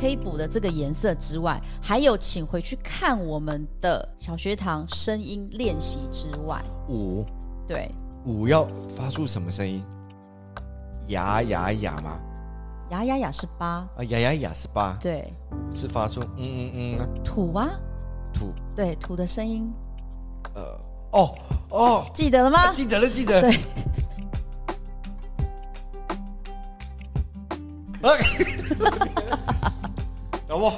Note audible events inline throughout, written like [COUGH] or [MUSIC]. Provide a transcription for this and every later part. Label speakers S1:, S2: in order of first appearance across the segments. S1: 可以补的这个颜色之外，还有请回去看我们的小学堂声音练习之外，
S2: 五
S1: 对，
S2: 五要发出什么声音？呀呀呀吗？
S1: 雅雅雅是八，
S2: 啊，呀呀呀是八，
S1: 对，
S2: 是发出嗯嗯嗯啊
S1: 土啊，
S2: 吐，
S1: 对，土的声音，
S2: 呃，哦哦，
S1: 记得了吗？
S2: 记得了，记得了。
S1: 对，
S2: 啊 [LAUGHS] 老婆，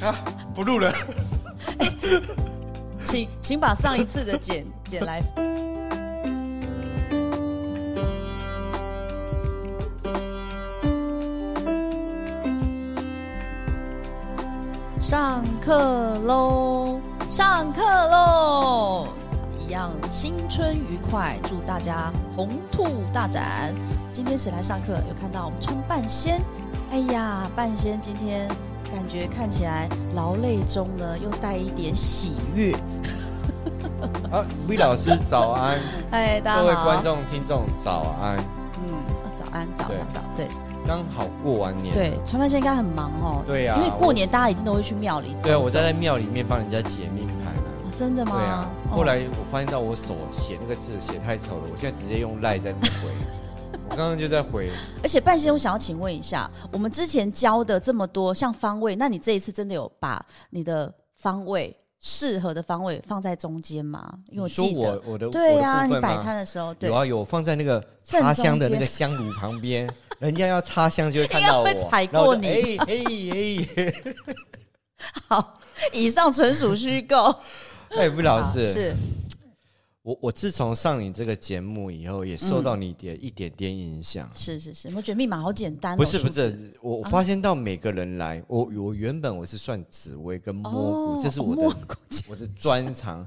S2: 啊，不录了。
S1: 请请把上一次的剪剪来。上课喽！上课喽！一样新春愉快，祝大家红兔大展。今天谁来上课？有看到我们穿半仙？哎呀，半仙今天感觉看起来劳累中呢，又带一点喜悦。
S2: 啊魏老师早安，
S1: 嗨，哎大
S2: 各
S1: 家
S2: 位
S1: 好。啊
S2: 观众、听众早安，
S1: 嗯，啊早安，早
S2: 对
S1: 早早，对
S2: 刚好过完年。
S1: 对，传饭线应该很忙哦。
S2: 对啊
S1: 因为过年大家一定都会去庙里走。
S2: 对啊，我在在庙里面帮人家解命盘啊。
S1: 哦真的
S2: 对
S1: 吗？
S2: 啊，
S1: 哦
S2: 后来我发现到我手写那个字写太丑了，我现在直接用赖在那边
S1: [LAUGHS]
S2: 回。我刚刚就在回，
S1: 而且半仙，我想要请问一下，我们之前教的这么多像方位，那你这一次真的有把你的方位适合的方位放在中间吗？因为
S2: 你
S1: 我
S2: 说
S1: 记得
S2: 我，我的
S1: 对
S2: 我
S1: 啊，
S2: 的部
S1: 你
S2: 分
S1: 摆
S2: 吗？
S1: 摊的时候，对
S2: 有，啊，有放在那个
S1: 正
S2: 插
S1: 中
S2: 香的那
S1: 间
S2: 个香炉旁
S1: [LAUGHS]
S2: 边，人家要插香就会看到我，
S1: 会踩
S2: 然后
S1: 过
S2: 我就
S1: 你
S2: 哎哎哎
S1: 好，以上纯属虚
S2: [LAUGHS]
S1: 构。
S2: 哎，哎，魏
S1: [LAUGHS]
S2: 老师，
S1: 好啊是，
S2: 我我自从上你这个节目以后，也受
S1: 嗯
S2: 到你的一点点影响。
S1: 是是是，我觉得密码好简单哦。
S2: 不是
S1: 数
S2: 不
S1: 字，
S2: 是，我我发现到每个人来，我我原本我是算紫薇跟摸骨，
S1: 哦
S2: 这是
S1: 哦
S2: 我的、
S1: 摸
S2: 我的专长。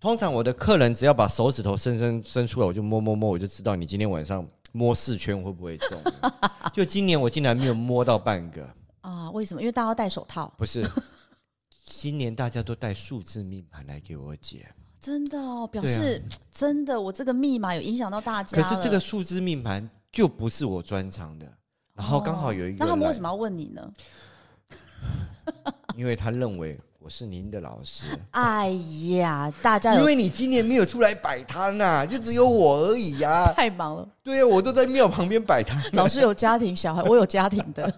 S2: 通常我的客人只要把手指头伸伸伸出来，我就摸摸摸，我就知道你今天晚上摸四圈会不会中。
S1: [LAUGHS]
S2: 就今年我竟然没有摸到半个，
S1: 啊？为什么？因为大家要戴手套，
S2: 不是。今年大家都带数字命盘来给我解，
S1: 真的哦，表
S2: 对啊
S1: 示、真的，我这个密码有影响到大家
S2: 可
S1: 了。
S2: 是这个数字命盘就不是我专长的。然后刚好有一个
S1: 哦那
S2: 来，
S1: 他们为什么要问你呢？
S2: 因为他认为我是您的老师，
S1: 哎呀，大家
S2: 因
S1: 有
S2: 为你今年没有出来摆摊呐、
S1: [LAUGHS]
S2: 就只有我而已呀、
S1: 太忙了，
S2: 对呀、我都在庙旁边摆摊。啊
S1: [LAUGHS] 老师有家庭小
S2: [LAUGHS]
S1: 孩，我有家庭的。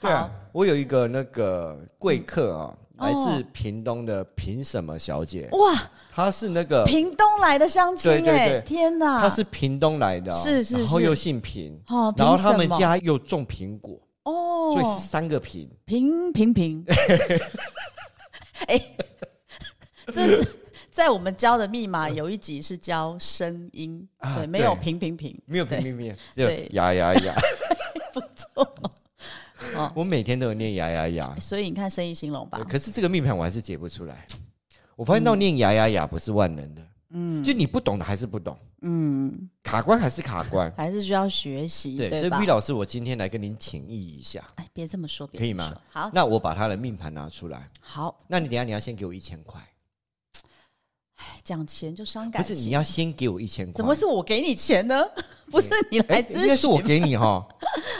S2: 对啊，我有一个那个贵客啊、
S1: 哦
S2: 来自屏东的凭什么小姐，
S1: 哇，
S2: 她是那个
S1: 屏东来的相亲
S2: 对对
S1: 哎、
S2: 对
S1: 天哪！
S2: 她是屏东来的、哦，
S1: 是是
S2: 然后
S1: 是
S2: 又姓平，
S1: 哦，凭
S2: 然后他
S1: 什
S2: 们
S1: 么
S2: 家又种苹果，所以是
S1: 哦，
S2: 三个平。
S1: 平平
S2: [LAUGHS]
S1: 平，哎、这是在我们教的密码有一集是教声音，
S2: 啊
S1: 对，没有
S2: 对
S1: 平平平，
S2: 没有平
S1: 对
S2: 平平，只有
S1: 对
S2: 呀呀呀！
S1: [LAUGHS] 不错。哦
S2: 我每天都有念呀呀呀，
S1: 所以你看生意兴隆吧
S2: 呃
S1: 嗯
S2: 对，可是这个命盘我还是解不出来。我发现到念呀呀呀不是万能的，嗯，就你不懂的还是不懂，
S1: 嗯，。
S2: 卡关还是卡关
S1: 还是需要学习，
S2: 对，所
S1: 嗯对
S2: 以
S1: 吧
S2: V？老师，我今天来跟您请益一下，
S1: 哎，别这么说，别
S2: 可以
S1: 这么
S2: 吗
S1: 说？好，
S2: 那我把他的命盘拿出来。
S1: 好，
S2: 那你等一下你要先给我一千块，
S1: 讲钱就伤
S2: 不
S1: 感
S2: 是
S1: 情，
S2: 你要先给我一千块？
S1: 怎么是我给你钱呢？ [LAUGHS] 不是你
S2: 哎？
S1: 来咨
S2: 应该是我
S1: 询，
S2: 给
S1: [LAUGHS]
S2: 你哈，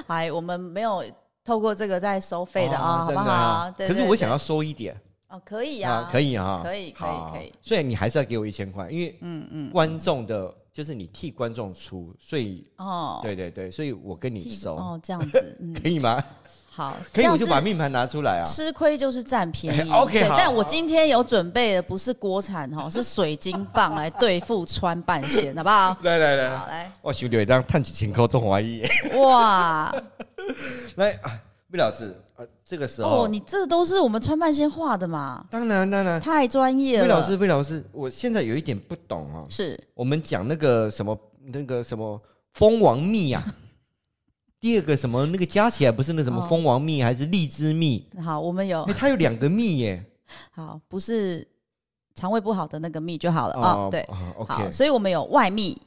S1: 哎，我们没有透过这个在收费的啊，好
S2: 真
S1: 不
S2: 的
S1: 好
S2: 啊？
S1: 对
S2: 可是
S1: 对
S2: 我
S1: 对
S2: 想要收一点
S1: 哦，可以
S2: 啊
S1: 呀，，
S2: 可以哈，
S1: 可以可以
S2: 好
S1: 可以
S2: 所以你还是要给我一千块，因为嗯嗯，观众的就是你替观众出，所以
S1: 哦，
S2: 对对对，所以我跟你
S1: 替
S2: 收，
S1: 哦，这样子，嗯，
S2: 可以吗？
S1: 好，
S2: [LAUGHS] 可
S1: 这
S2: 以，
S1: 样
S2: 我就把
S1: 是
S2: 命盘拿出来啊。
S1: 吃亏就是占便宜。
S2: 哎，OK， [LAUGHS]
S1: 对
S2: 好
S1: 但我今天有准备的不是锅铲哦，是水晶棒来对付穿半仙，好不
S2: [LAUGHS]
S1: 好？
S2: 来来
S1: 好，，来，
S2: 我兄弟会当探几千块中华裔。
S1: 哇，
S2: 来，啊 [LAUGHS] 魏老师，呃，这个时候，
S1: 哦，你这都是我们川半仙画的嘛，
S2: 当然当
S1: [LAUGHS]
S2: 然，
S1: 太专业
S2: 魏
S1: 了。
S2: 老师，魏老师，我现在有一点不懂哦。
S1: 是
S2: 我们讲那个什么那个什么蜂王
S1: [LAUGHS]
S2: 蜜啊，第二个什么那个加起来不是那什么
S1: 哦
S2: 蜂王蜜还是荔枝蜜？
S1: 好，我们有
S2: [LAUGHS] 哎，它有两个蜜耶。
S1: 好，不是肠胃不好的那个蜜就好了啊、对，
S2: 哦
S1: 好，
S2: ，OK，
S1: 所以我们有外蜜、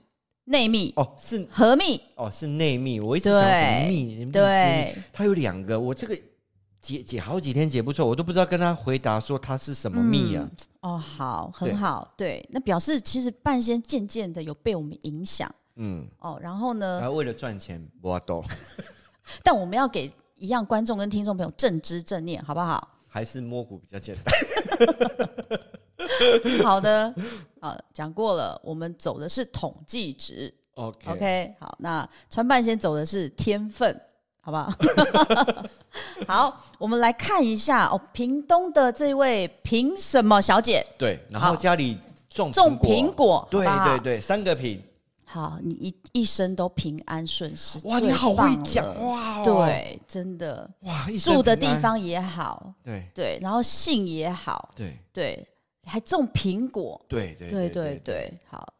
S1: 内蜜、
S2: 哦是
S1: 合蜜，
S2: 哦是内蜜，我一直想什么蜜，荔枝蜜
S1: 对，
S2: 它有两个，我这个解解好几天解不出来，我都不知道跟他回答说它是什么蜜啊。
S1: 哦，好，
S2: 对
S1: 很好，对，那表示其实半仙渐渐的有被我们影响
S2: 嗯，
S1: 哦，然后呢，
S2: 然后为了赚钱，我都
S1: 但我们要给一样观众跟听众朋友正知正念，好不好？
S2: [LAUGHS] 还是摸骨比较简单。
S1: 好的， [LAUGHS] 好，讲过了，我们走的是统计值。
S2: OK，,
S1: OK，好，那川半仙走的是天分，好
S2: [LAUGHS]
S1: 不好？好，我们来看一下哦，屏东的这位凭什么小姐
S2: 对，然后
S1: 好
S2: 家里种
S1: 种苹
S2: 果，
S1: 果，
S2: 对
S1: 好不好
S2: 对对，三个品。
S1: 好，你一一生都平安顺时，
S2: 哇，
S1: 最
S2: 你好会
S1: 棒了
S2: 讲，哇、哦！，
S1: 对，真的，
S2: 哇，一生
S1: 住的地
S2: 平安，
S1: 方也好，
S2: 对
S1: 对，然后姓也好，
S2: 对
S1: 对，还种苹果，
S2: 对对
S1: 对对对，好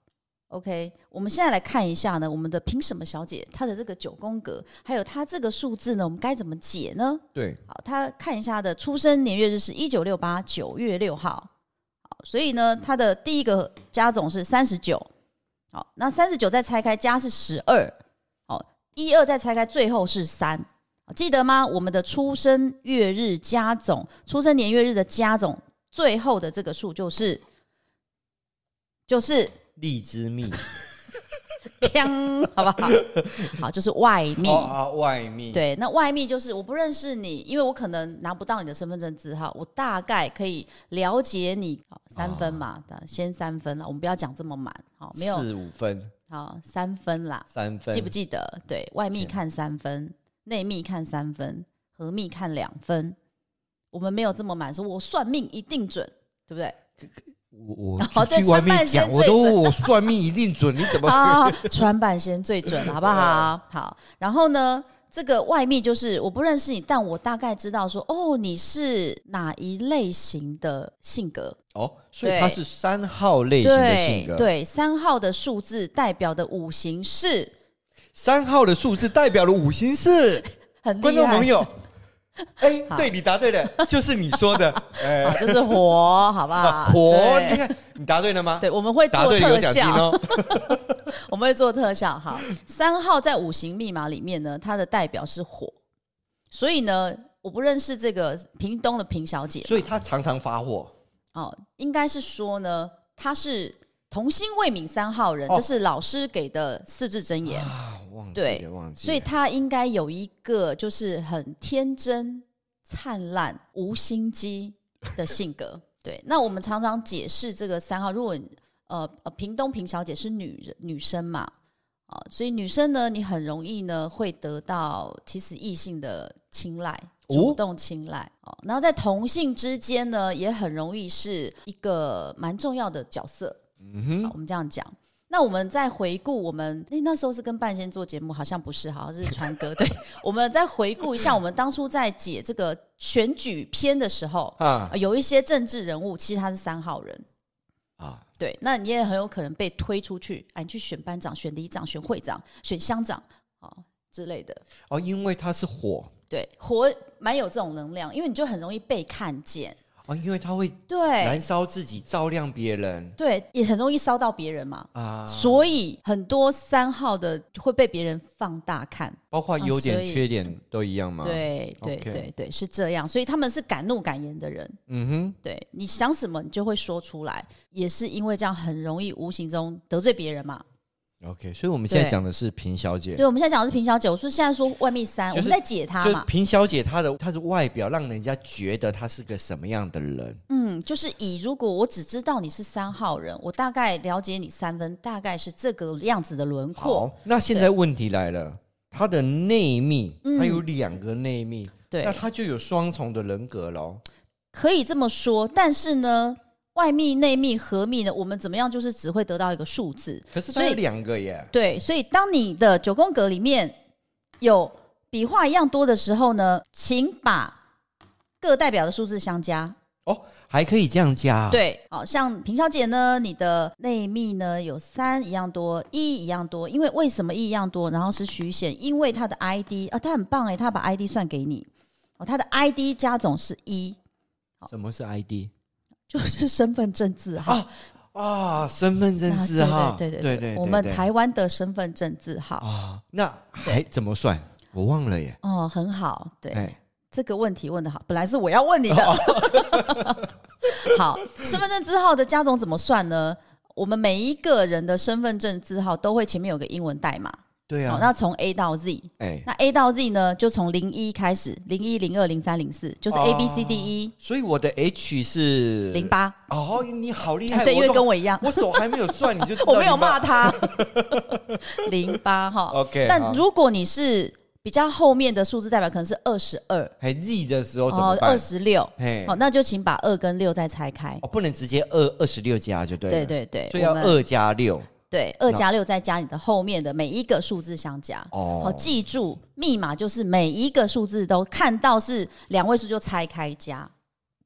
S1: ，OK，我们现在来看一下呢，我们的凭什么小姐她的这个九宫格，还有她这个数字呢，我们该怎么解呢？
S2: 对，
S1: 好，她看一下她的出生年月日是一九六八九月六号，好，所以呢，她的第一个加总是三十九，好，那三十九再拆开加是十二，好，一二再拆开最后是三。好记得吗？我们的出生月日加总、出生年月日的加总，最后的这个数就是就是
S2: 荔枝蜜，
S1: 锵，好不好？好，就是外密。
S2: 哦啊，外蜜，
S1: 对，那外密就是我不认识你，因为我可能拿不到你的身份证字号，我大概可以了解你。好三分嘛，的先三分了，我们不要讲这么满，好，没有，
S2: 四五分，
S1: 好，三分啦，
S2: 三分，
S1: 记不记得？对外密看三分，内密看三分，合密看两分。我们没有这么满，说我算命一定准，对不对？ [LAUGHS]
S2: 我
S1: 哦
S2: 我
S1: 对
S2: 出去外
S1: 川
S2: 面
S1: 半
S2: 讲，
S1: 仙
S2: 我
S1: 最
S2: 都
S1: 准
S2: [LAUGHS] 我算命一定准，你怎 [LAUGHS] 么？
S1: 啊，川版先最
S2: [LAUGHS]
S1: 准，好不好？
S2: 啊
S1: 好，然后呢，这个外密就是我不认识你，但我大概知道说，哦，你是哪一类型的性格？
S2: 哦，所以
S1: 对
S2: 他是三号类型的
S1: 对
S2: 性格，，
S1: 对，三号的数字代表的五行是
S2: 三号的数字代表了五行是
S1: [LAUGHS] 很
S2: 观
S1: 厉
S2: 众
S1: [LAUGHS]
S2: 朋
S1: 害。
S2: 友。 [LAUGHS] 哎、
S1: 好
S2: 对你答对
S1: [LAUGHS]
S2: 了，就是你说的，哎、
S1: 啊，就是火，好不好？
S2: [LAUGHS] 火，
S1: 啊对
S2: 你看你答对了吗？
S1: 对，我们会
S2: 答
S1: 做
S2: 对
S1: 特
S2: 有奖金
S1: 效，
S2: 哦。
S1: 我们会做特效。好，三号在五行密码里面呢，它的代表是火，所以呢，我不认识这个屏东的平小姐，
S2: [LAUGHS] 所以他常常发火，
S1: 哦，应该是说呢，他是童心未泯三号人，
S2: 哦
S1: 这是老师给的四字真言，
S2: 啊，忘记
S1: 对
S2: 了，忘记了。
S1: 所以他应该有一个就是很天真、灿烂、无心机的性
S2: [LAUGHS]
S1: 格。对，那我们常常解释这个三号，如果你呃呃，屏东平小姐是女人女生嘛，啊、所以女生呢，你很容易呢会得到其实异性的青睐，
S2: 哦
S1: 主动青睐哦。然后在同性之间呢，也很容易是一个蛮重要的角色。嗯哼，我们这样讲。那我们再回顾我们诶那时候是跟半仙做节目，好像不是，好像是川哥。对，我们再回顾一下，我们当初在解这个选举篇的时候，
S2: 啊
S1: 呃有一些政治人物其实他是三号人，
S2: 啊，
S1: 对，那你也很有可能被推出去，啊，你去选班长、选里长、选会长、选乡长啊、哦之类的。
S2: 哦，因为他是火，
S1: 对，活蛮有这种能量，因为你就很容易被看见，
S2: 哦，因为他会
S1: 对
S2: 燃烧自己，照亮别人
S1: 对，也很容易烧到别人嘛。
S2: 啊，
S1: 所以很多三号的会被别人放大看，
S2: 包括优
S1: 啊
S2: 点、
S1: 所以
S2: 缺点都一样嘛。，
S1: 对对
S2: 啊 OK
S1: 对对，是这样，所以他们是敢怒敢言的人。
S2: 嗯哼，
S1: 对你想什么，你就会说出来，也是因为这样很容易无形中得罪别人嘛。
S2: OK，所以我们现在
S1: 对
S2: 讲的是平小姐，
S1: 对，我们现在讲的是平小姐，我说现在说外密三，
S2: 就是
S1: 我们在解她
S2: 就
S1: 嘛，
S2: 平小姐她的她的外表让人家觉得她是个什么样的人？
S1: 嗯，就是以如果我只知道你是三号人，我大概了解你三分，大概是这个样子的轮廓。
S2: 好，那现在问题来了，她的内密，
S1: 嗯
S2: 她有两个内密，那
S1: 对，
S2: 她就有双重的人格喽。
S1: 可以这么说，但是呢，外密、内密、合密呢，我们怎么样，就是只会得到一个数字。
S2: 可是
S1: 所
S2: 她
S1: 以
S2: 有两个耶，
S1: 对，所以当你的九宫格里面有笔画一样多的时候呢，请把各代表的数字相加。
S2: 哦，还可以这样加啊、
S1: 对，好像平小姐呢，你的内密呢有三一样多，一一样多，因为为什么一一样多？然后是徐显，因为她的 ID 啊，她很棒哎，她把 ID 算给你哦，她的 ID 加总是一，
S2: 什么是 ID
S1: 就是身份证字号。
S2: 啊啊？身份证
S1: 啊
S2: 字号，
S1: 对对
S2: 对
S1: 对
S2: 对，
S1: 我们
S2: 对
S1: 台湾的身份证字号，
S2: 啊，那还怎么算？我忘了耶。
S1: 哦，很好，对，
S2: 哎，
S1: 这个问题问的好，本来是我要问你
S2: 哦
S1: 的。 [LAUGHS] 好，身份证字号的加总怎么算呢？我们每一个人的身份证字号都会前面有个英文代码，
S2: 对
S1: 好，
S2: 啊，
S1: 那从 A 到 Z，
S2: 哎，
S1: 那 A 到 Z 呢，就从零一开始，零一、零二、零三、零四，就是
S2: 哦
S1: A、B、C、D、E、
S2: 所以我的 H 是
S1: 零。八。哎
S2: 哦，你好厉害！
S1: 对，因为
S2: 都
S1: 跟我一样，
S2: 我手还没有算，你就知
S1: [LAUGHS]
S2: 道
S1: 我没有
S2: 你把
S1: 骂他。 [LAUGHS] 零八哈，
S2: [LAUGHS] OK，
S1: 但
S2: 好
S1: 如果你是比较后面的数字代表，可能是二十二，
S2: 还 Z 的时候怎么
S1: 哦，二
S2: 办？
S1: 十六，哦
S2: 嘿，
S1: 好，那就请把二跟六再拆开。
S2: 哦，不能直接二二十六加就对
S1: 对
S2: 了，
S1: 对对，
S2: 所以要
S1: 我们
S2: 二加六
S1: 对二加六再加你的后面的每一个数字相加。好，
S2: 哦。
S1: 记住密码就是每一个数字都看到是两位数就拆开加，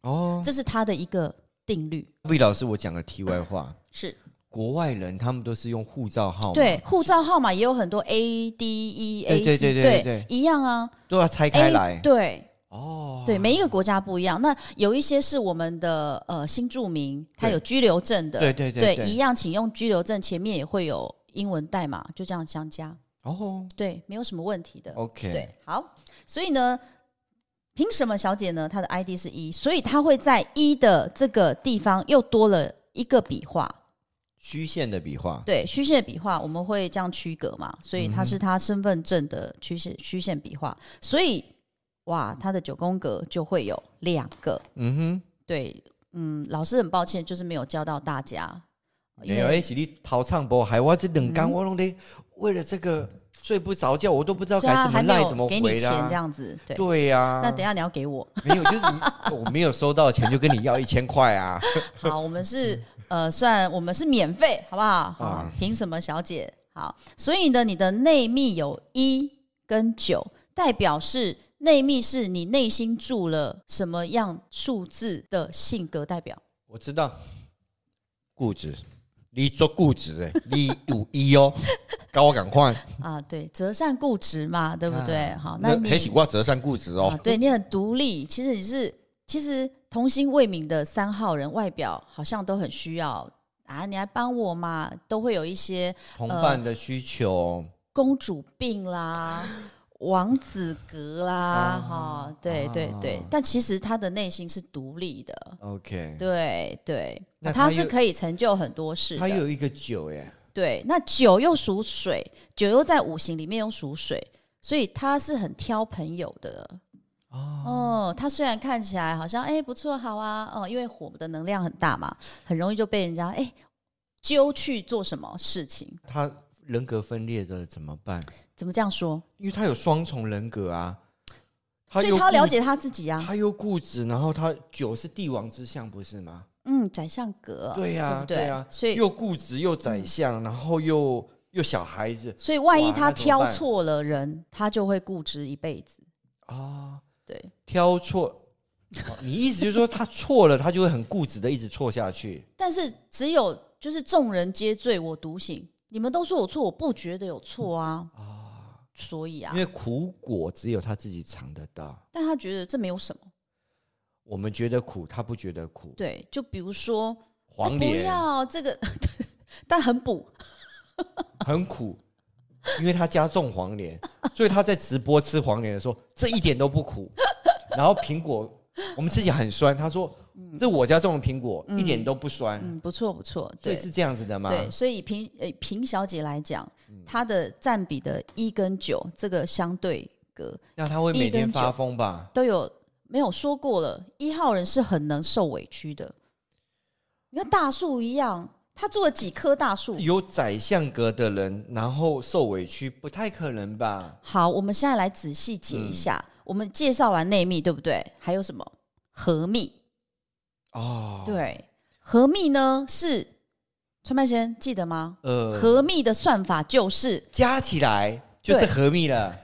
S2: 哦
S1: 这是它的一个定律。
S2: 魏老师，我讲个题外话，
S1: 是
S2: 国外人他们都是用护照号码，
S1: 对护照号码也有很多 A D E A
S2: 对
S1: C，
S2: 对对对对
S1: 一样啊。
S2: 都要拆开
S1: A
S2: 来
S1: 哎对
S2: 哦。
S1: 对，每一个国家不一样。那有一些是我们的呃新住民，他
S2: 对
S1: 有居留证的，
S2: 对对对对
S1: 一样，请用居留证，前面也会有英文代码，就这样相加，
S2: 哦
S1: 对，没有什么问题的。
S2: ，OK，
S1: 对，好，所以呢，凭什么小姐呢？她的 ID 是一，所以她会在一的这个地方又多了一个笔画，
S2: 虚线的笔画，
S1: 对，虚线笔画我们会这样区隔嘛，所以它
S2: 嗯
S1: 是她身份证的曲线虚线笔画，所以哇，她的九宫格就会有两个。
S2: 嗯
S1: 对，嗯，老师很抱歉，就是没有教到大家，
S2: 哼，
S1: 哦因
S2: 没有哎
S1: 为
S2: 一起你逃唱播，还我这冷干，我弄得为了这个睡不着觉，我都不知道
S1: 虽
S2: 该
S1: 然啊
S2: 怎么
S1: 还没
S2: 赖
S1: 有
S2: 怎么
S1: 给你
S2: 回
S1: 钱这
S2: 啦。
S1: 样子，对。
S2: 对啊呀，
S1: 那等一下你要给我，
S2: 没有，就是你我没有收到钱就跟你要一千块啊。
S1: [LAUGHS] 好，我们是呃，算我们是免费，好不好？好
S2: 啊，
S1: 凭什么小姐？好，所以呢，你的内密有一跟九，代表是内密是你内心住了什么样数字的性格代表。
S2: 我知道，固执，你做固执哎， [LAUGHS] 你有一哦，搞我赶快，
S1: 啊，对，择善固执嘛，对不对？好，那
S2: 啊那
S1: 你
S2: 黑喜挂折善固执
S1: 啊
S2: 哦，，
S1: 对你很独立，其实你是其实童心未泯的三号人，外表好像都很需要啊，你来帮我嘛，都会有一些
S2: 同伴的需求，
S1: 公主病啦、
S2: [GASPS]
S1: 王子格啦，哈、
S2: 啊
S1: 对对对
S2: 啊，
S1: 但其实他的内心是独立的，
S2: OK，
S1: 对对，
S2: 那
S1: 他
S2: 他
S1: 是
S2: 又
S1: 可以成就很多事
S2: 他
S1: 的。
S2: 有一个九哎，
S1: 对，那九又属水，九又在五行里面又属水，所以他是很挑朋友的。哦，他虽然看起来好像哎、不错，好啊，哦、因为火的能量很大嘛，很容易就被人家哎、揪去做什么事情。
S2: 他人格分裂的怎么办？
S1: 怎么这样说？
S2: 因为他有双重人格啊，
S1: 所以
S2: 又
S1: 他要了
S2: 固
S1: 解他自己啊。
S2: 他又固执，然后他九是帝王之相不是吗？
S1: 嗯，宰相格，
S2: 对呀，
S1: 不对
S2: 呀，
S1: 所以
S2: 又固执又宰相，然后又又小孩子
S1: 所以万一
S2: 哇
S1: 他
S2: 那怎么
S1: 挑
S2: 办
S1: 错了人，他就会固执一辈子。
S2: 啊。
S1: 对，
S2: 挑错，哦你意思就是说他错了，他就会很固执的一直错下去。
S1: 但是只有就是众人皆醉我独醒，你们都说我错，我不觉得有错啊。所以啊
S2: 因，为苦果只有他自己尝得到，
S1: 但他觉得这没有什么。
S2: 我们觉得苦，他不觉
S1: [LAUGHS]
S2: 得苦。
S1: 对，就比如说，哎
S2: 黄
S1: 不
S2: 连
S1: 要这个， [LAUGHS] 但很补。
S2: 很苦，因为他加重黄连，所以他在直播吃黄连的时候，这一点都不苦。然后苹果，我们吃起来很酸，他说这我家种的苹果，一点都不酸，
S1: 嗯，不错不错，
S2: 所
S1: 对
S2: 以是这样子的吗？
S1: 对，所以平呃平小姐来讲，
S2: 嗯
S1: 她的占比的一跟九这个相对格，
S2: 那他会
S1: 一
S2: 每
S1: 跟
S2: 天发
S1: 九
S2: 疯吧？
S1: 都有没有说过了，一号人是很能受委屈的。你看大树一样，他做了几棵大树。
S2: 有宰相格的人，然后受委屈，不太可能吧？
S1: 好，我们现在来仔细解一下。
S2: 嗯
S1: 我们介绍完内密，对不对？还有什么合密？
S2: 哦，，
S1: 对，合密呢是川半仙记得吗？
S2: 呃，
S1: 合密的算法就是，
S2: 加起来就是
S1: 对
S2: 合密了。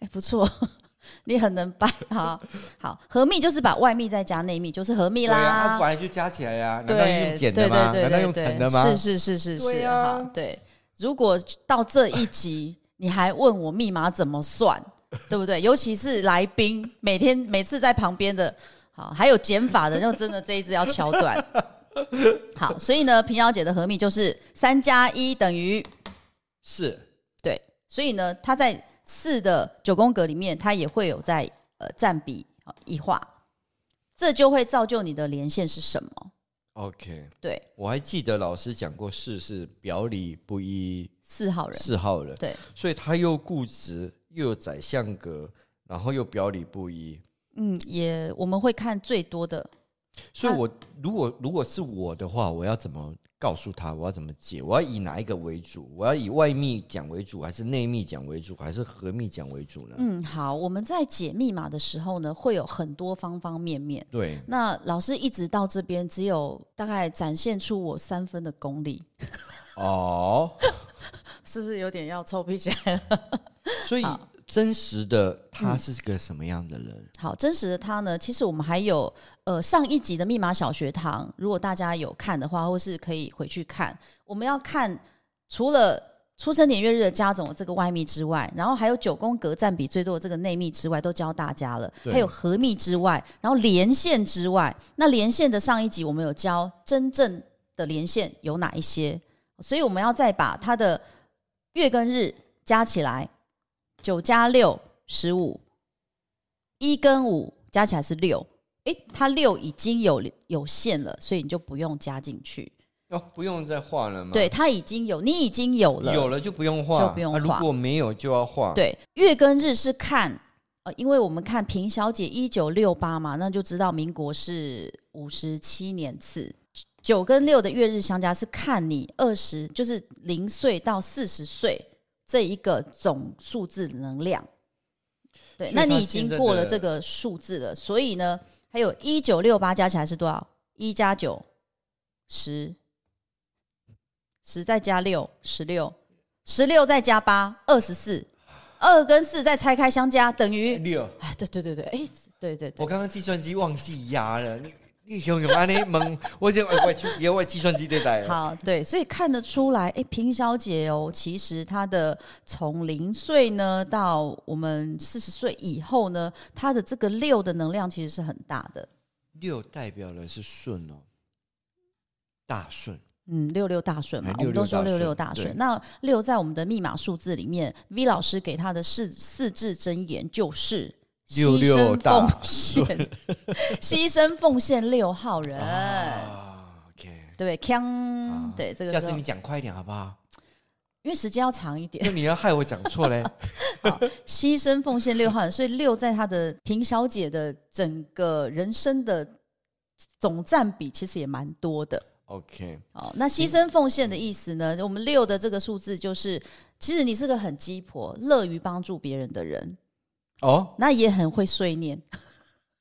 S1: 哎，不错， [LAUGHS] 你很能掰啊。好，合密就是把外密再加内密，就是合密
S2: 对
S1: 啦。
S2: 啊，它本来就加起来啊，难道
S1: 对
S2: 用减的吗？
S1: 对对对
S2: 难道用
S1: 对
S2: 乘的吗？
S1: 是是是是是，
S2: 对啊
S1: 好对。如果到这一集 [LAUGHS] 你还问我密码怎么算，对不对？尤其是来宾每天每次在旁边的，好，还有减法的，就真的这一支要敲断。好，所以呢，平遥姐的合密就是三加一等于
S2: 是
S1: 对，所以呢，它在四的九宫格里面，它也会有在呃占比呃异化，这就会造就你的连线是什么？
S2: OK。
S1: 对，
S2: 我还记得老师讲过，事是表里不一，
S1: 四号人，
S2: 四号人，
S1: 对，
S2: 所以他又固执，又有宰相格，然后又表里不一。
S1: 嗯，也我们会看最多的，
S2: 所以
S1: 他
S2: 我，如果如果是我的话，我要怎么告诉他？我要怎么解？我要以哪一个为主？我要以外密讲为主，还是内密讲为主，还是合密讲为主呢？
S1: 嗯，好，我们在解密码的时候呢，会有很多方方面面。
S2: 对，
S1: 那老师一直到这边，只有大概展现出我三分的功力，
S2: 哦，
S1: 是不是有点要臭屁起来？
S2: 所以真实的他是个什么样的人？
S1: 好，真实的他呢，其实我们还有呃上一集的密码小学堂，如果大家有看的话，或是可以回去看。我们要看除了出生年月日的家总这个外密之外，然后还有九宫格占比最多的这个内密之外，都教大家了。
S2: 对
S1: 还有合密之外，然后连线之外，那连线的上一集我们有教真正的连线有哪一些，所以我们要再把它的月跟日加起来，九加六十五，一跟五加起来是六。诶，它六已经有有限了，所以你就不用加进去。
S2: 哦，不用再画了吗？
S1: 对，，它已经有，你已经有了。
S2: 嗯有了就不用画，
S1: 就不用
S2: 啊如
S1: 画
S2: 果没有就要画。，
S1: 对，月跟日是看，呃，因为我们看平小姐一九六八嘛，那就知道民国是五十七年次。九跟六的月日相加是看你二十，就是零岁到四十岁这一个总数字能量。对，
S2: 所以
S1: 那
S2: 它
S1: 你已
S2: 现
S1: 经
S2: 在
S1: 过了
S2: 的
S1: 这个数字了，所以呢，还有一九六八加起来是多少？一加九，十，十再加六，十六，十六再加八，二十四，二跟四再拆开相加等于，
S2: 六，
S1: 哎，对对对对，哎，对对对，
S2: 我刚刚计算机忘记压了，你你熊熊安尼问，我就哎我去，也我计算机对待。
S1: 好，对，所以看得出来，哎，平小姐哦，其实她的从零岁呢到我们四十岁以后呢，她的这个六的能量其实是很大的，
S2: 六代表的是顺哦，大顺。
S1: 嗯，六六大顺嘛
S2: 哎，
S1: 我们都说六
S2: 六
S1: 六
S2: 六
S1: 大
S2: 大顺
S1: 顺。那六在我们的密码数字里面，V 老师给他的四四字真言就是
S2: 六六
S1: 牺牲
S2: 大
S1: 奉献，牺牲奉献六号人，
S2: 啊，OK，
S1: 对，锵、
S2: 啊
S1: 对这个
S2: 下
S1: 时
S2: 次
S1: 候
S2: 你讲快一点好不好？
S1: 因为时间要长一点，
S2: 那你要害我讲错
S1: [LAUGHS]
S2: 嘞。
S1: 牺牲奉献六号人，所以六在她的平小姐的整个人生的总占比其实也蛮多的。
S2: OK，
S1: 哦，那牺牲奉献的意思呢？我们六的这个数字就是，其实你是个很鸡婆、乐于帮助别人的人，
S2: 哦，
S1: 那也很会碎念。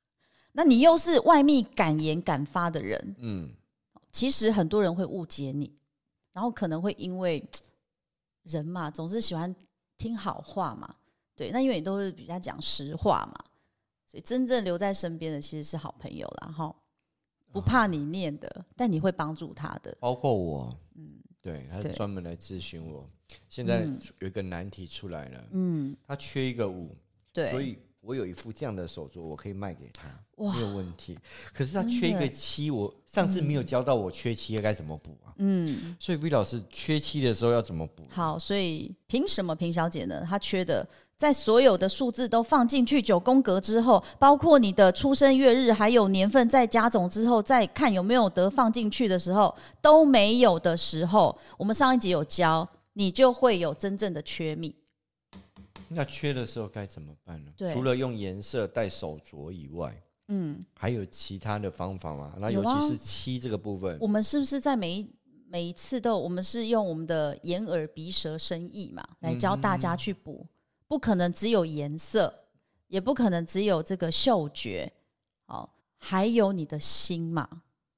S1: [LAUGHS] 那你又是外密敢言敢发的人，
S2: 嗯，
S1: 其实很多人会误解你，然后可能会因为人嘛，总是喜欢听好话嘛，对，那因为你都是比较讲实话嘛，所以真正留在身边的其实是好朋友啦，哈，不怕你念的，但你会帮助他的，
S2: 包括我，嗯，对，他
S1: 对
S2: 专门来咨询我。现在
S1: 嗯
S2: 有一个难题出来了，
S1: 嗯，
S2: 他缺一个五，
S1: 对，
S2: 所以我有一副这样的手镯，我可以卖给他，
S1: 哇
S2: 没有问题。可是他
S1: 真
S2: 缺一
S1: 的
S2: 个七，我上次没有教到我缺七该怎么补啊？
S1: 嗯。
S2: 所以 V 老师缺七的时候要怎么补？
S1: 好，所以凭什么平小姐呢？她缺的，在所有的数字都放进去九宫格之后，包括你的出生月日还有年份，再加总之后，再看有没有得放进去的时候，都没有的时候，我们上一集有教，你就会有真正的缺密。
S2: 那缺的时候该怎么办呢？
S1: 对
S2: 除了用颜色戴手镯以外，
S1: 嗯，
S2: 还有其他的方法吗？那
S1: 有
S2: 尤
S1: 啊
S2: 其是七这个部分，
S1: 我们是不是在每一每一次都有，我们是用我们的眼耳鼻舌身意嘛，来教大
S2: 嗯
S1: 家去补，不可能只有颜色，也不可能只有这个嗅觉，哦，还有你的心嘛。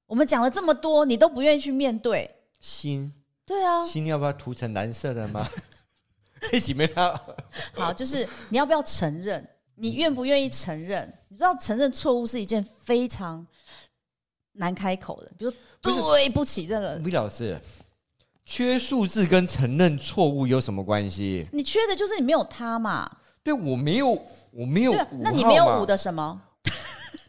S1: 我们讲了这么多，你都不愿意去面对，
S2: 心
S1: 对啊，
S2: 心要不要涂成蓝色的吗？ [LAUGHS] 一起没他
S1: 好，就是你要不要承认，你愿不愿意承认？你知道承认错误是一件非常难开口的，比如说
S2: 不是
S1: 对不起这个，
S2: ，V 老师，缺数字跟承认错误有什么关系？
S1: 你缺的就是你没有他嘛，
S2: 对我没有，我没有
S1: 对啊，
S2: 五
S1: 那你
S2: 号
S1: 没有
S2: 嘛
S1: 五的什么？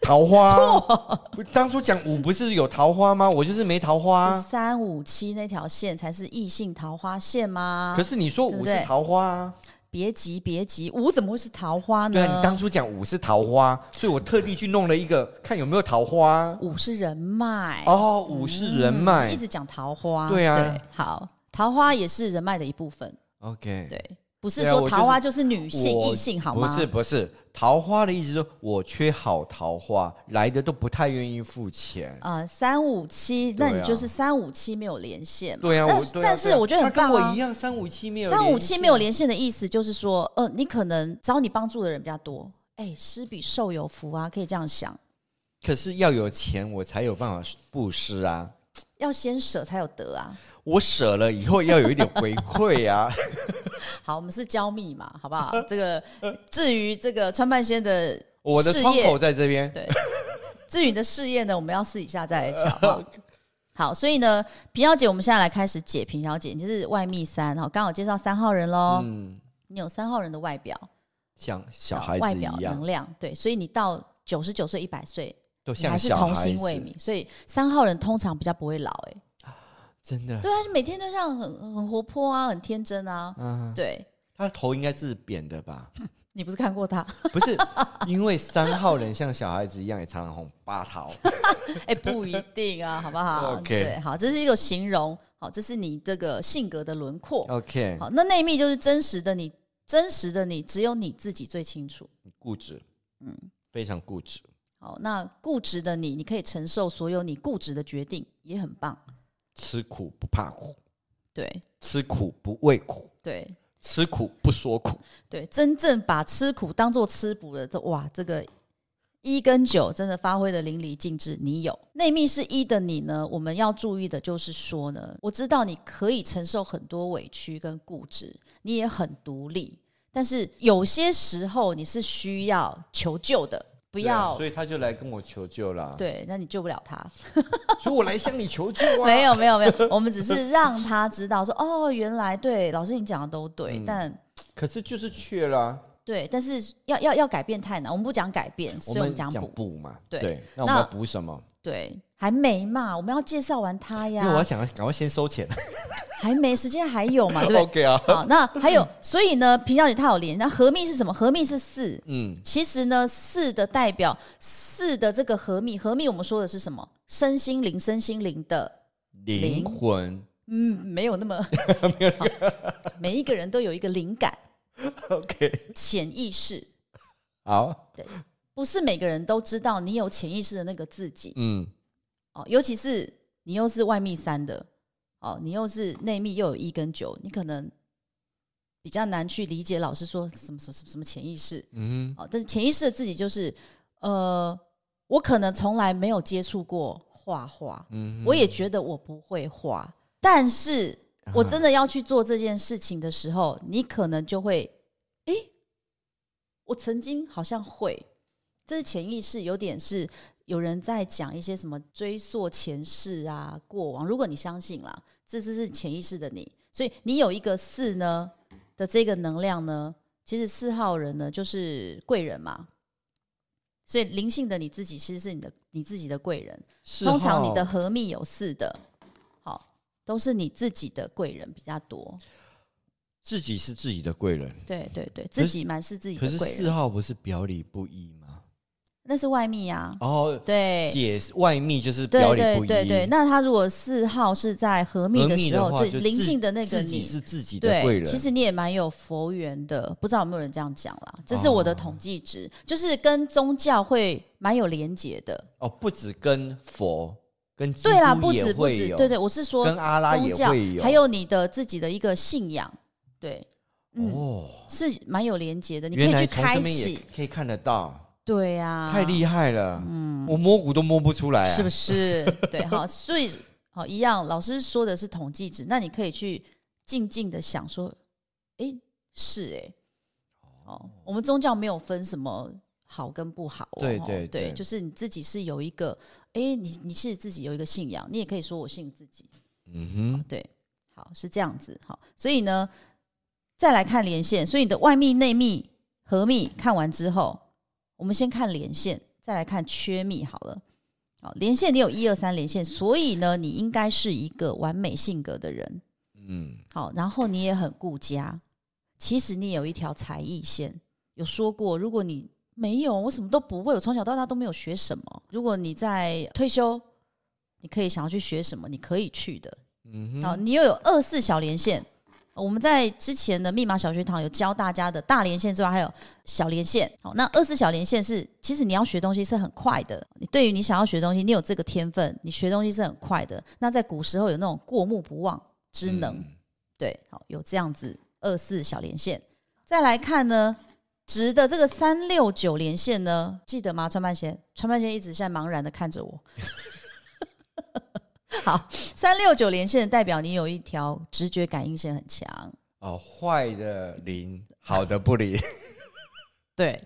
S2: 桃花，啊不当初讲五不是有桃花吗？我就是没桃花啊。
S1: 三五七那条线才是异性桃花线吗？
S2: 可是你说
S1: 啊对
S2: 五
S1: 不
S2: 是
S1: 对嗯
S2: 桃花啊。
S1: 别急，别急，五怎么会是桃花呢？
S2: 对啊，你当初讲五是桃花，啊所以我特地去弄了一个，看有没有桃花。啊
S1: 五是人脉，嗯
S2: 哦，五是人脉
S1: 一，直讲桃花。
S2: 对啊
S1: 好，桃花也是人脉的一部分，
S2: OK，
S1: 对，不是
S2: 对啊
S1: 说
S2: 我
S1: 桃
S2: 就是
S1: 花就是女性
S2: 我
S1: 异性好
S2: 不
S1: 吗？
S2: 是不是，桃花的意思是说我缺好桃花，来的都不太愿意付钱。
S1: 啊，三五七，那
S2: 对
S1: 你
S2: 啊
S1: 就是三五七没有连线嘛。
S2: 对呀、
S1: 但
S2: 我
S1: 是
S2: 对啊
S1: 但
S2: 对
S1: 是
S2: 啊
S1: 我觉得很
S2: 他
S1: 棒
S2: 跟
S1: 啊
S2: 我一。样，三五七没有
S1: 三五
S2: 联
S1: 七
S2: 系
S1: 没有连线的意思就是说，呃，你可能找你帮助的人比较多，哎，施比受有福啊，可以这样想，
S2: 可是要有钱，我才有办法布施啊！
S1: 要先舍才有得啊。
S2: 我舍了以后要有一点回
S1: [LAUGHS]
S2: 馈啊！
S1: 好，我们是交密嘛，好不好？这
S2: [LAUGHS]
S1: 个至于这个川半仙的
S2: 我的
S1: 事
S2: 窗
S1: 业
S2: 口在这边，
S1: 对，至于你的事业呢，我们要私底下再来讲
S2: [LAUGHS]
S1: 哈。好，所以呢，平小姐，我们现在来开始解平小姐，你是外密三哈，刚好介绍三号人喽。
S2: 嗯，
S1: 你有三号人的外表，
S2: 像小
S1: 啊
S2: 孩
S1: 外
S2: 子
S1: 表
S2: 一样
S1: 能，量，对，所以你到九十九岁、一百岁，
S2: 都
S1: 你还
S2: 像
S1: 是
S2: 小
S1: 童
S2: 孩
S1: 心未
S2: 子，
S1: 泯。所以三号人通常比较不会老、欸，哎，
S2: 真的。
S1: 对啊，你每天都这样很很活泼啊，很天真啊，
S2: 嗯，
S1: 对。
S2: 他的头应该是扁的吧？ [LAUGHS]
S1: 你不是看过他？
S2: 不是，因为三号人像小孩子一样，也常常哄八桃。
S1: 哎、不一定啊，好不好
S2: OK
S1: 对，好，这是一个形容，好，这是你这个性格的轮廓。
S2: OK，
S1: 好，那内密就是真实的你，真实的你只有你自己最清楚。
S2: 固执，嗯，非常固执。
S1: 好，那固执的你，你可以承受所有你固执的决定，也很棒。
S2: 吃苦不怕苦，
S1: 对
S2: 吃苦不畏苦，
S1: 对
S2: 吃苦不说苦。
S1: 对，真正把吃苦当做吃补的，这哇，这个一跟九真的发挥的淋漓尽致。你有内密是一的你呢，我们要注意的就是说呢，我知道你可以承受很多委屈跟固执，你也很独立，但是有些时候你是需要求救的，不
S2: 不
S1: 要
S2: 啊所以他就来跟我求救啦。，
S1: 对，那你救不了他。
S2: 所以我来向你求救啊。
S1: 没有没有没有，我们只是让他知道说，哦，原来对，老师你讲的都对，但
S2: 可是就是去了，啊
S1: 对，但是要要要改变太难，我们不讲改变，所以我们讲
S2: 讲
S1: 补。
S2: 补嘛。
S1: 对
S2: 那我们
S1: 那
S2: 要补什么？
S1: 对，还没嘛，我们要介绍完他
S2: 因为我要
S1: 呀，
S2: 想要赶快先收钱。
S1: 还没，时间还有 [LAUGHS] 嘛，对不对？
S2: [LAUGHS] OK 啊，
S1: 好，那还有，所以呢，平小姐她有连，那合密是什么？合密是四，
S2: 嗯，
S1: 其实呢，四的代表四的这个合密，合密我们说的是什么？身心灵，身心灵的
S2: 灵魂
S1: 嗯， [LAUGHS] 没有那么好每一个人都有一个灵感、
S2: OK，
S1: 潜意识，
S2: 好，
S1: 不是每个人都知道你有潜意识的那个自己
S2: 嗯，
S1: 哦，尤其是你又是外密三的哦，你又是内密又有一跟九，你可能比较难去理解老师说什么什么什么什么潜意识
S2: 嗯
S1: 哦，但是潜意识的自己就是呃，我可能从来没有接触过画画，
S2: 嗯
S1: 我也觉得我不会画，但是我真的要去做这件事情的时候，你可能就会，诶，我曾经好像会，这是潜意识，有点是有人在讲一些什么追溯前世啊、过往。如果你相信啦，这这是潜意识的你，所以你有一个四呢的这个能量呢，其实四号人呢就是贵人嘛。所以灵性的你自己其实是你的你自己的贵人，
S2: 是
S1: 通常你的
S2: 哈
S1: 合密有四的，好，都是你自己的贵人比较多。
S2: 自己是自己的贵人，
S1: 对对对，
S2: 是
S1: 自己蛮是自己
S2: 可
S1: 的
S2: 是
S1: 贵
S2: 四
S1: 人，
S2: 号不是表里不一吗？
S1: 那是外密啊。
S2: 哦，
S1: 对
S2: 解外密就是
S1: 对
S2: 表里
S1: 对
S2: 不一，
S1: 对对，那他如果四号是在合密
S2: 和
S1: 的
S2: 密
S1: 时
S2: 的
S1: 候，
S2: 话
S1: 对
S2: 就
S1: 灵
S2: 自
S1: 性的那个
S2: 自己
S1: 你。
S2: 是自己的贵
S1: 对，
S2: 人，
S1: 其实你也蛮有佛缘的，不知道有没有人这样讲啦？这是我的统计值，就是跟宗教会蛮有连结的。
S2: 哦，不止跟佛跟基督
S1: 对啦，不
S2: 也
S1: 止不
S2: 会
S1: 止，
S2: 有
S1: 对对，我是说
S2: 跟阿拉
S1: 宗
S2: 也
S1: 教
S2: 会，有，
S1: 还有你的自己的一个信仰，对，嗯，
S2: 哦，
S1: 是蛮有连接的，你可
S2: 原
S1: 以
S2: 来
S1: 去
S2: 从这
S1: 开
S2: 边也
S1: 启，
S2: 可以看得到，
S1: 对呀、
S2: 太厉害了，嗯，我摸骨都摸不出来啊，
S1: 是不是？
S2: [LAUGHS]
S1: 对，好，所以好一样，老师说的是统计值，那你可以去静静的想说，诶，是诶，哦，我们宗教没有分什么好跟不好、哦，
S2: 对
S1: 哦
S2: 对对
S1: 就是你自己是有一个，诶，你你是自己有一个信仰，你也可以说我信自己，
S2: 嗯
S1: 对，好是这样子，好，所以呢，再来看连线，所以你的外密、内密、合密看完之后，我们先看连线，再来看缺密好了。好，连线你有一二三连线，所以呢，你应该是一个完美性格的人。
S2: 哼，嗯，
S1: 好，然后你也很顾家，其实你有一条才艺线，有说过，如果你没有，我什么都不会，我从小到大都没有学什么。如果你在退休，你可以想要去学什么，你可以去的，
S2: 嗯
S1: 好，你又有二四小连线。呃我们在之前的密码小学堂有教大家的大连线之外，还有小连线。好，那二四小连线是，其实你要学东西是很快的。你对于你想要学东西，你有这个天分，你学东西是很快的。那在古时候有那种过目不忘之能，
S2: 嗯
S1: 对，好有这样子二四小连线。再来看呢，直的这个三六九连线呢，记得吗？川半仙，川半仙一直现在茫然的看着我。 [LAUGHS] 好，三六九连线代表你有一条直觉感应线很强，
S2: 哦，坏的零，好的
S1: [LAUGHS]
S2: 不灵。
S1: 对，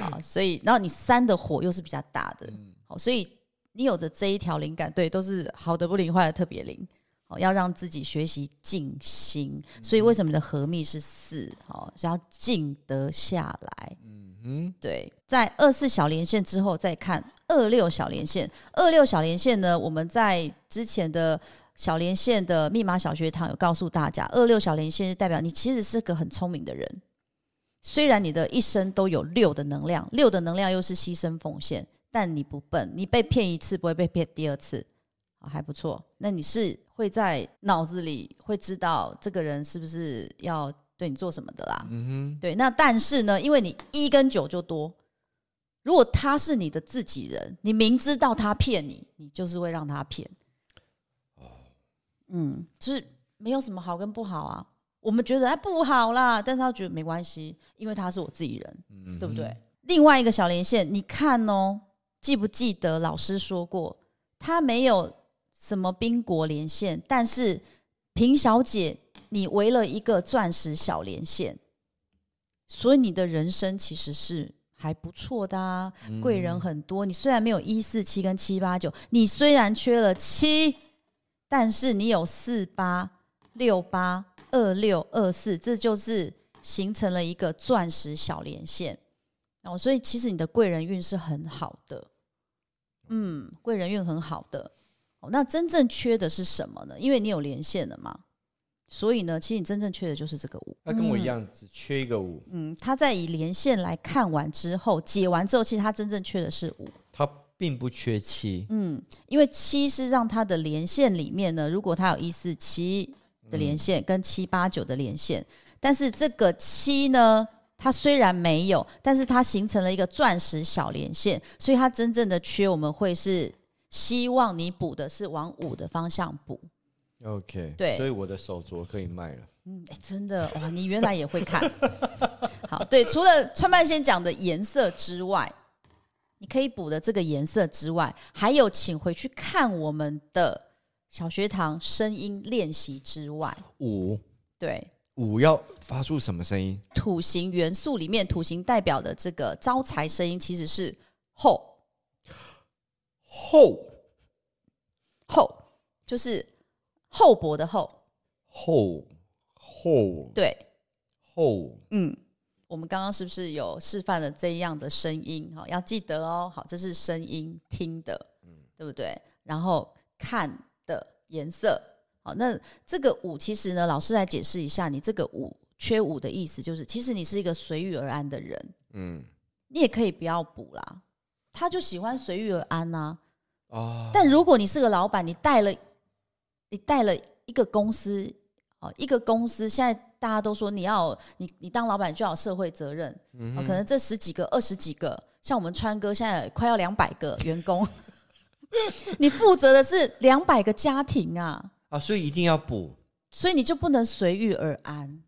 S1: 啊，所以然后你三的火又是比较大的，好，所以你有的这一条灵感，对，都是好的不灵，坏的特别灵。好，要让自己学习静心，所以为什么你的合密是四？好，是要静得下来。
S2: 嗯哼，
S1: 对，在二四小连线之后再看二六小连线。二六小连线呢，我们在之前的小连线的密码小学堂有告诉大家，二六小连线是代表你其实是个很聪明的人，虽然你的一生都有六的能量，六的能量又是牺牲奉献，但你不笨，你被骗一次不会被骗第二次。啊还不错，那你是会在脑子里会知道这个人是不是要对你做什么的啦。
S2: 嗯
S1: 对，那但是呢，因为你一跟九就多，如果他是你的自己人，你明知道他骗你，你就是会让他骗。嗯，就是没有什么好跟不好啊。我们觉得哎不好啦，但是他觉得没关系，因为他是我自己人，
S2: 嗯哼，
S1: 对不对？？另外一个小连线，你看哦，记不记得老师说过，他没有什么宾国连线，但是平小姐你围了一个钻石小连线，所以你的人生其实是还不错的啊，贵人很多。你虽然没有一四七跟七八九，你虽然缺了七，但是你有四八六八二六二四，这就是形成了一个钻石小连线。哦，所以其实你的贵人运是很好的，嗯，贵人运很好的。哦，那真正缺的是什么呢？因为你有连线了嘛，所以呢，其实你真正缺的就是这个五。
S2: 他跟我一样，只缺一个五，
S1: 嗯，他在以连线来看完之后，解完之后，其实他真正缺的是五。
S2: 他并不缺七。
S1: 嗯，因为七是让他的连线里面呢，如果他有一四七的连线跟七八九的连线，但是这个七呢，它虽然没有，但是它形成了一个钻石小连线，所以它真正的缺我们会是希望你补的是往五的方向补。
S2: OK，
S1: 对
S2: 所以我的手镯可以卖了。
S1: 嗯，哎真的哇，你原来也会看。好，对，除了川半仙讲的颜色之外，你可以补的这个颜色之外，还有请回去看我们的小学堂声音练习之外，
S2: 五
S1: 对
S2: 五要发出什么声音？
S1: 土型元素里面，土型代表的这个招财声音其实是后
S2: 厚
S1: 后，就是厚薄的厚，
S2: 厚厚
S1: 对，
S2: 厚，
S1: 嗯，我们刚刚是不是有示范了这样的声音？哈，要记得哦。好，这是声音听的，对不对？然后看的颜色，好，那这个五其实呢，老师来解释一下，你这个五缺五的意思就是，其实你是一个随遇而安的人，
S2: 嗯
S1: 你也可以不要补啦。他就喜欢随遇而安呐、
S2: 啊，
S1: 但如果你是个老板，你带了你带了一个公司，哦，一个公司现在大家都说你要你你当老板就要有社会责任，
S2: 嗯
S1: 哦，可能这十几个、二十几个，像我们川哥现在快要两百个员工， [LAUGHS] 你负责的是两百个家庭啊，
S2: 啊，所以一定要补
S1: 所以你就不能随遇而安。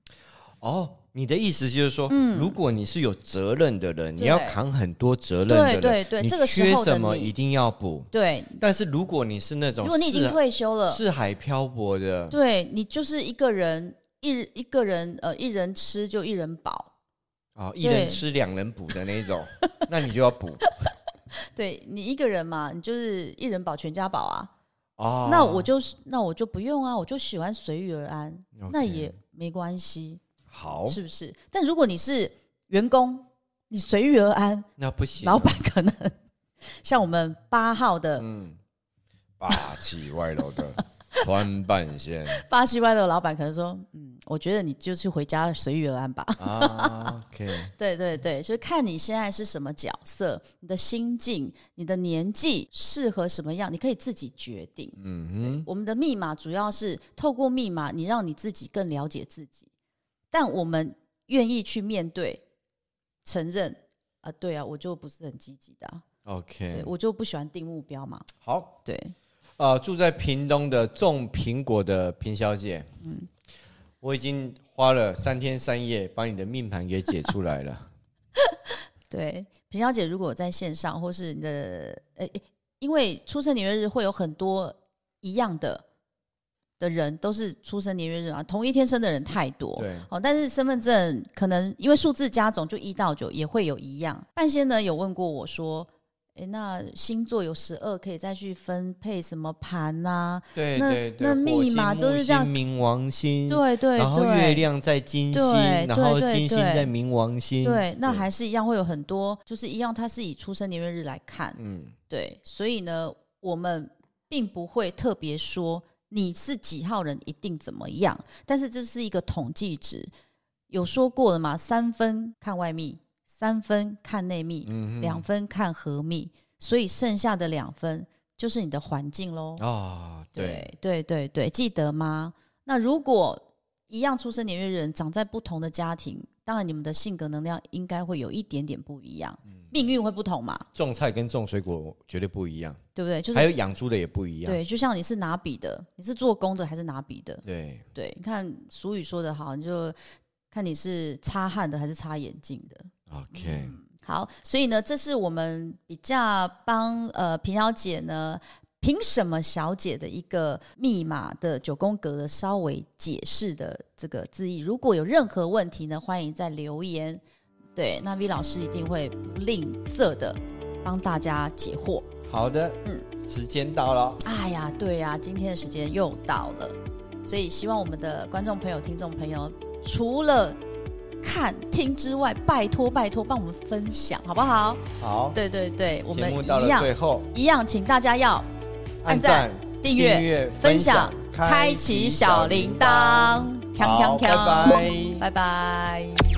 S2: 哦。你的意思就是说，如果你是有责任的人，
S1: 嗯对
S2: 你要扛很多责任的人，
S1: 对对对
S2: 你
S1: 这个时
S2: 缺
S1: 候的
S2: 什么
S1: 你
S2: 一定要补。
S1: 对，
S2: 但是如果你是那种
S1: 如果你已经
S2: 四
S1: 退休了，
S2: 四海漂泊的，
S1: 对你就是一个人一人一个人呃一人吃就一人饱，
S2: 哦，一
S1: 对
S2: 人吃两人补的那一
S1: [LAUGHS]
S2: 种，那你就要补
S1: 对你一个人嘛，你就是一人保全家保啊。
S2: 哦。
S1: 那我就是那我就不用啊，我就喜欢随遇而安
S2: OK
S1: 那也没关系，
S2: 好，
S1: 是不是？但如果你是员工，你随遇而安，
S2: 那不行啊，嗯
S1: 老板可能像我们八号的
S2: 嗯，霸气外露的 [LAUGHS] 川半仙
S1: 巴西歪楼老板可能说，嗯，我觉得你就去回家随遇而安吧。 [LAUGHS]
S2: 啊，OK，
S1: 对对对，就是看你现在是什么角色，你的心境、你的年纪适合什么样，你可以自己决定。
S2: 嗯
S1: 我们的密码主要是透过密码，你让你自己更了解自己，但我们愿意去面对、承认啊，对啊，我就不是很积极的、啊，
S2: 哼
S1: 对
S2: ，OK，
S1: 我就不喜欢定目标嘛，
S2: 好，
S1: 对，
S2: 呃，住在屏东的种苹果的平小姐，嗯，我已经花了三天三夜把你的命盘给解出
S1: [LAUGHS]
S2: 来了。
S1: 对，平小姐，如果在线上，或是你的呃、诶因为出生年月日会有很多一样的的人，都是出生年月日啊，同一天生的人太多。
S2: 对，
S1: 哦，但是身份证可能因为数字加总就一到九也会有一样。半仙呢有问过我说，诶，那星座有十二，可以再去分配什么盘啊呐、
S2: 对
S1: 那
S2: 对对，
S1: 那密码都是这样
S2: 冥王星，
S1: 对对
S2: 嗯然后月
S1: 对。
S2: 亮在金星，
S1: 对
S2: 然后
S1: 对对
S2: 金星
S1: 对
S2: 在冥王星，
S1: 对，那还是一样会有很多，就是一样，它是以出生年月日来看，
S2: 嗯，
S1: 对，所以呢，我们并不会特别说你是几号人一定怎么样，但是这是一个统计值，有说过的嘛，三分看外密，三分看内密，
S2: 嗯
S1: 两分看合密，所以剩下的两分就是你的环境喽。
S2: 啊，对，
S1: 对对对对，记得吗？那如果一样出生年月日人长在不同的家庭，当然你们的性格能量应该会有一点点不一样，
S2: 嗯
S1: 命运会不同嘛，
S2: 种菜跟种水果绝对不一样，
S1: 对不对？就是
S2: 还有养猪的也不一样，
S1: 对，就像你是拿笔的，你是做工的还是拿笔的？
S2: 对，
S1: 对，你看俗语说得好，你就看你是擦汗的还是擦眼镜的。
S2: ，OK，
S1: 好，所以呢，这是我们比较帮呃平小姐呢，凭什么小姐的一个密码的九宫格的稍微解释的这个字义。如果有任何问题呢，欢迎在留言。对，那 V 老师一定会不吝啬的帮大家解惑。
S2: 好的，嗯，时间到了，
S1: 哎呀，对呀、今天的时间又到了，所以希望我们的观众朋友、听众朋友，除了看听之外，拜托拜托帮我们分享，好不好？
S2: 好，
S1: 对对对，我
S2: 节
S1: 们
S2: 目到
S1: 一
S2: 了
S1: 样
S2: 最后，
S1: 一样，请大家要按
S2: 按
S1: 赞
S2: 赞、
S1: 订阅、分享、开启小铃铛，锵锵锵，
S2: 好
S1: 拜
S2: 拜拜
S1: 拜。